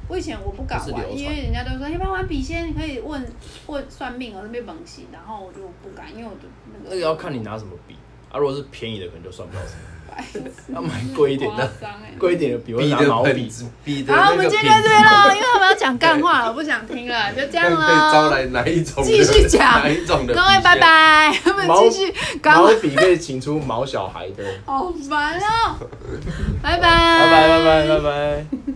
Speaker 2: 我以前我不敢
Speaker 1: 不是流
Speaker 2: 玩，
Speaker 1: 传
Speaker 2: 因为人家都说要不要玩笔仙，你可以问问算命，啊我那边本性，然后我就不敢，因为我的那
Speaker 1: 那
Speaker 2: 个
Speaker 1: 个要看你拿什么笔啊，如果是便宜的可能就算不到什么，
Speaker 2: 白痴
Speaker 1: 要买贵一点的，
Speaker 2: 夸张欸
Speaker 1: 贵一点的笔，我会
Speaker 3: 笔
Speaker 1: 拿
Speaker 3: 的
Speaker 1: 毛
Speaker 3: 本
Speaker 1: 笔。
Speaker 3: 子，笔的
Speaker 2: 好，我
Speaker 3: 那
Speaker 2: 们
Speaker 3: 个
Speaker 2: 今
Speaker 3: 品
Speaker 2: 天就
Speaker 3: 质
Speaker 2: 这样咯，因为我们要讲干话了，我不想听了，就这样
Speaker 3: 看被招
Speaker 2: 喽。
Speaker 3: 来哪一种的？
Speaker 2: 继续讲
Speaker 3: 哪一种
Speaker 2: 各
Speaker 3: 的？啊
Speaker 2: 位拜。拜，我们
Speaker 1: 毛
Speaker 2: 继续干
Speaker 1: 毛
Speaker 2: 话，
Speaker 1: 笔可以请出毛小孩的。
Speaker 2: 好烦哦，拜
Speaker 1: 拜
Speaker 2: 拜，
Speaker 1: 拜拜拜拜拜。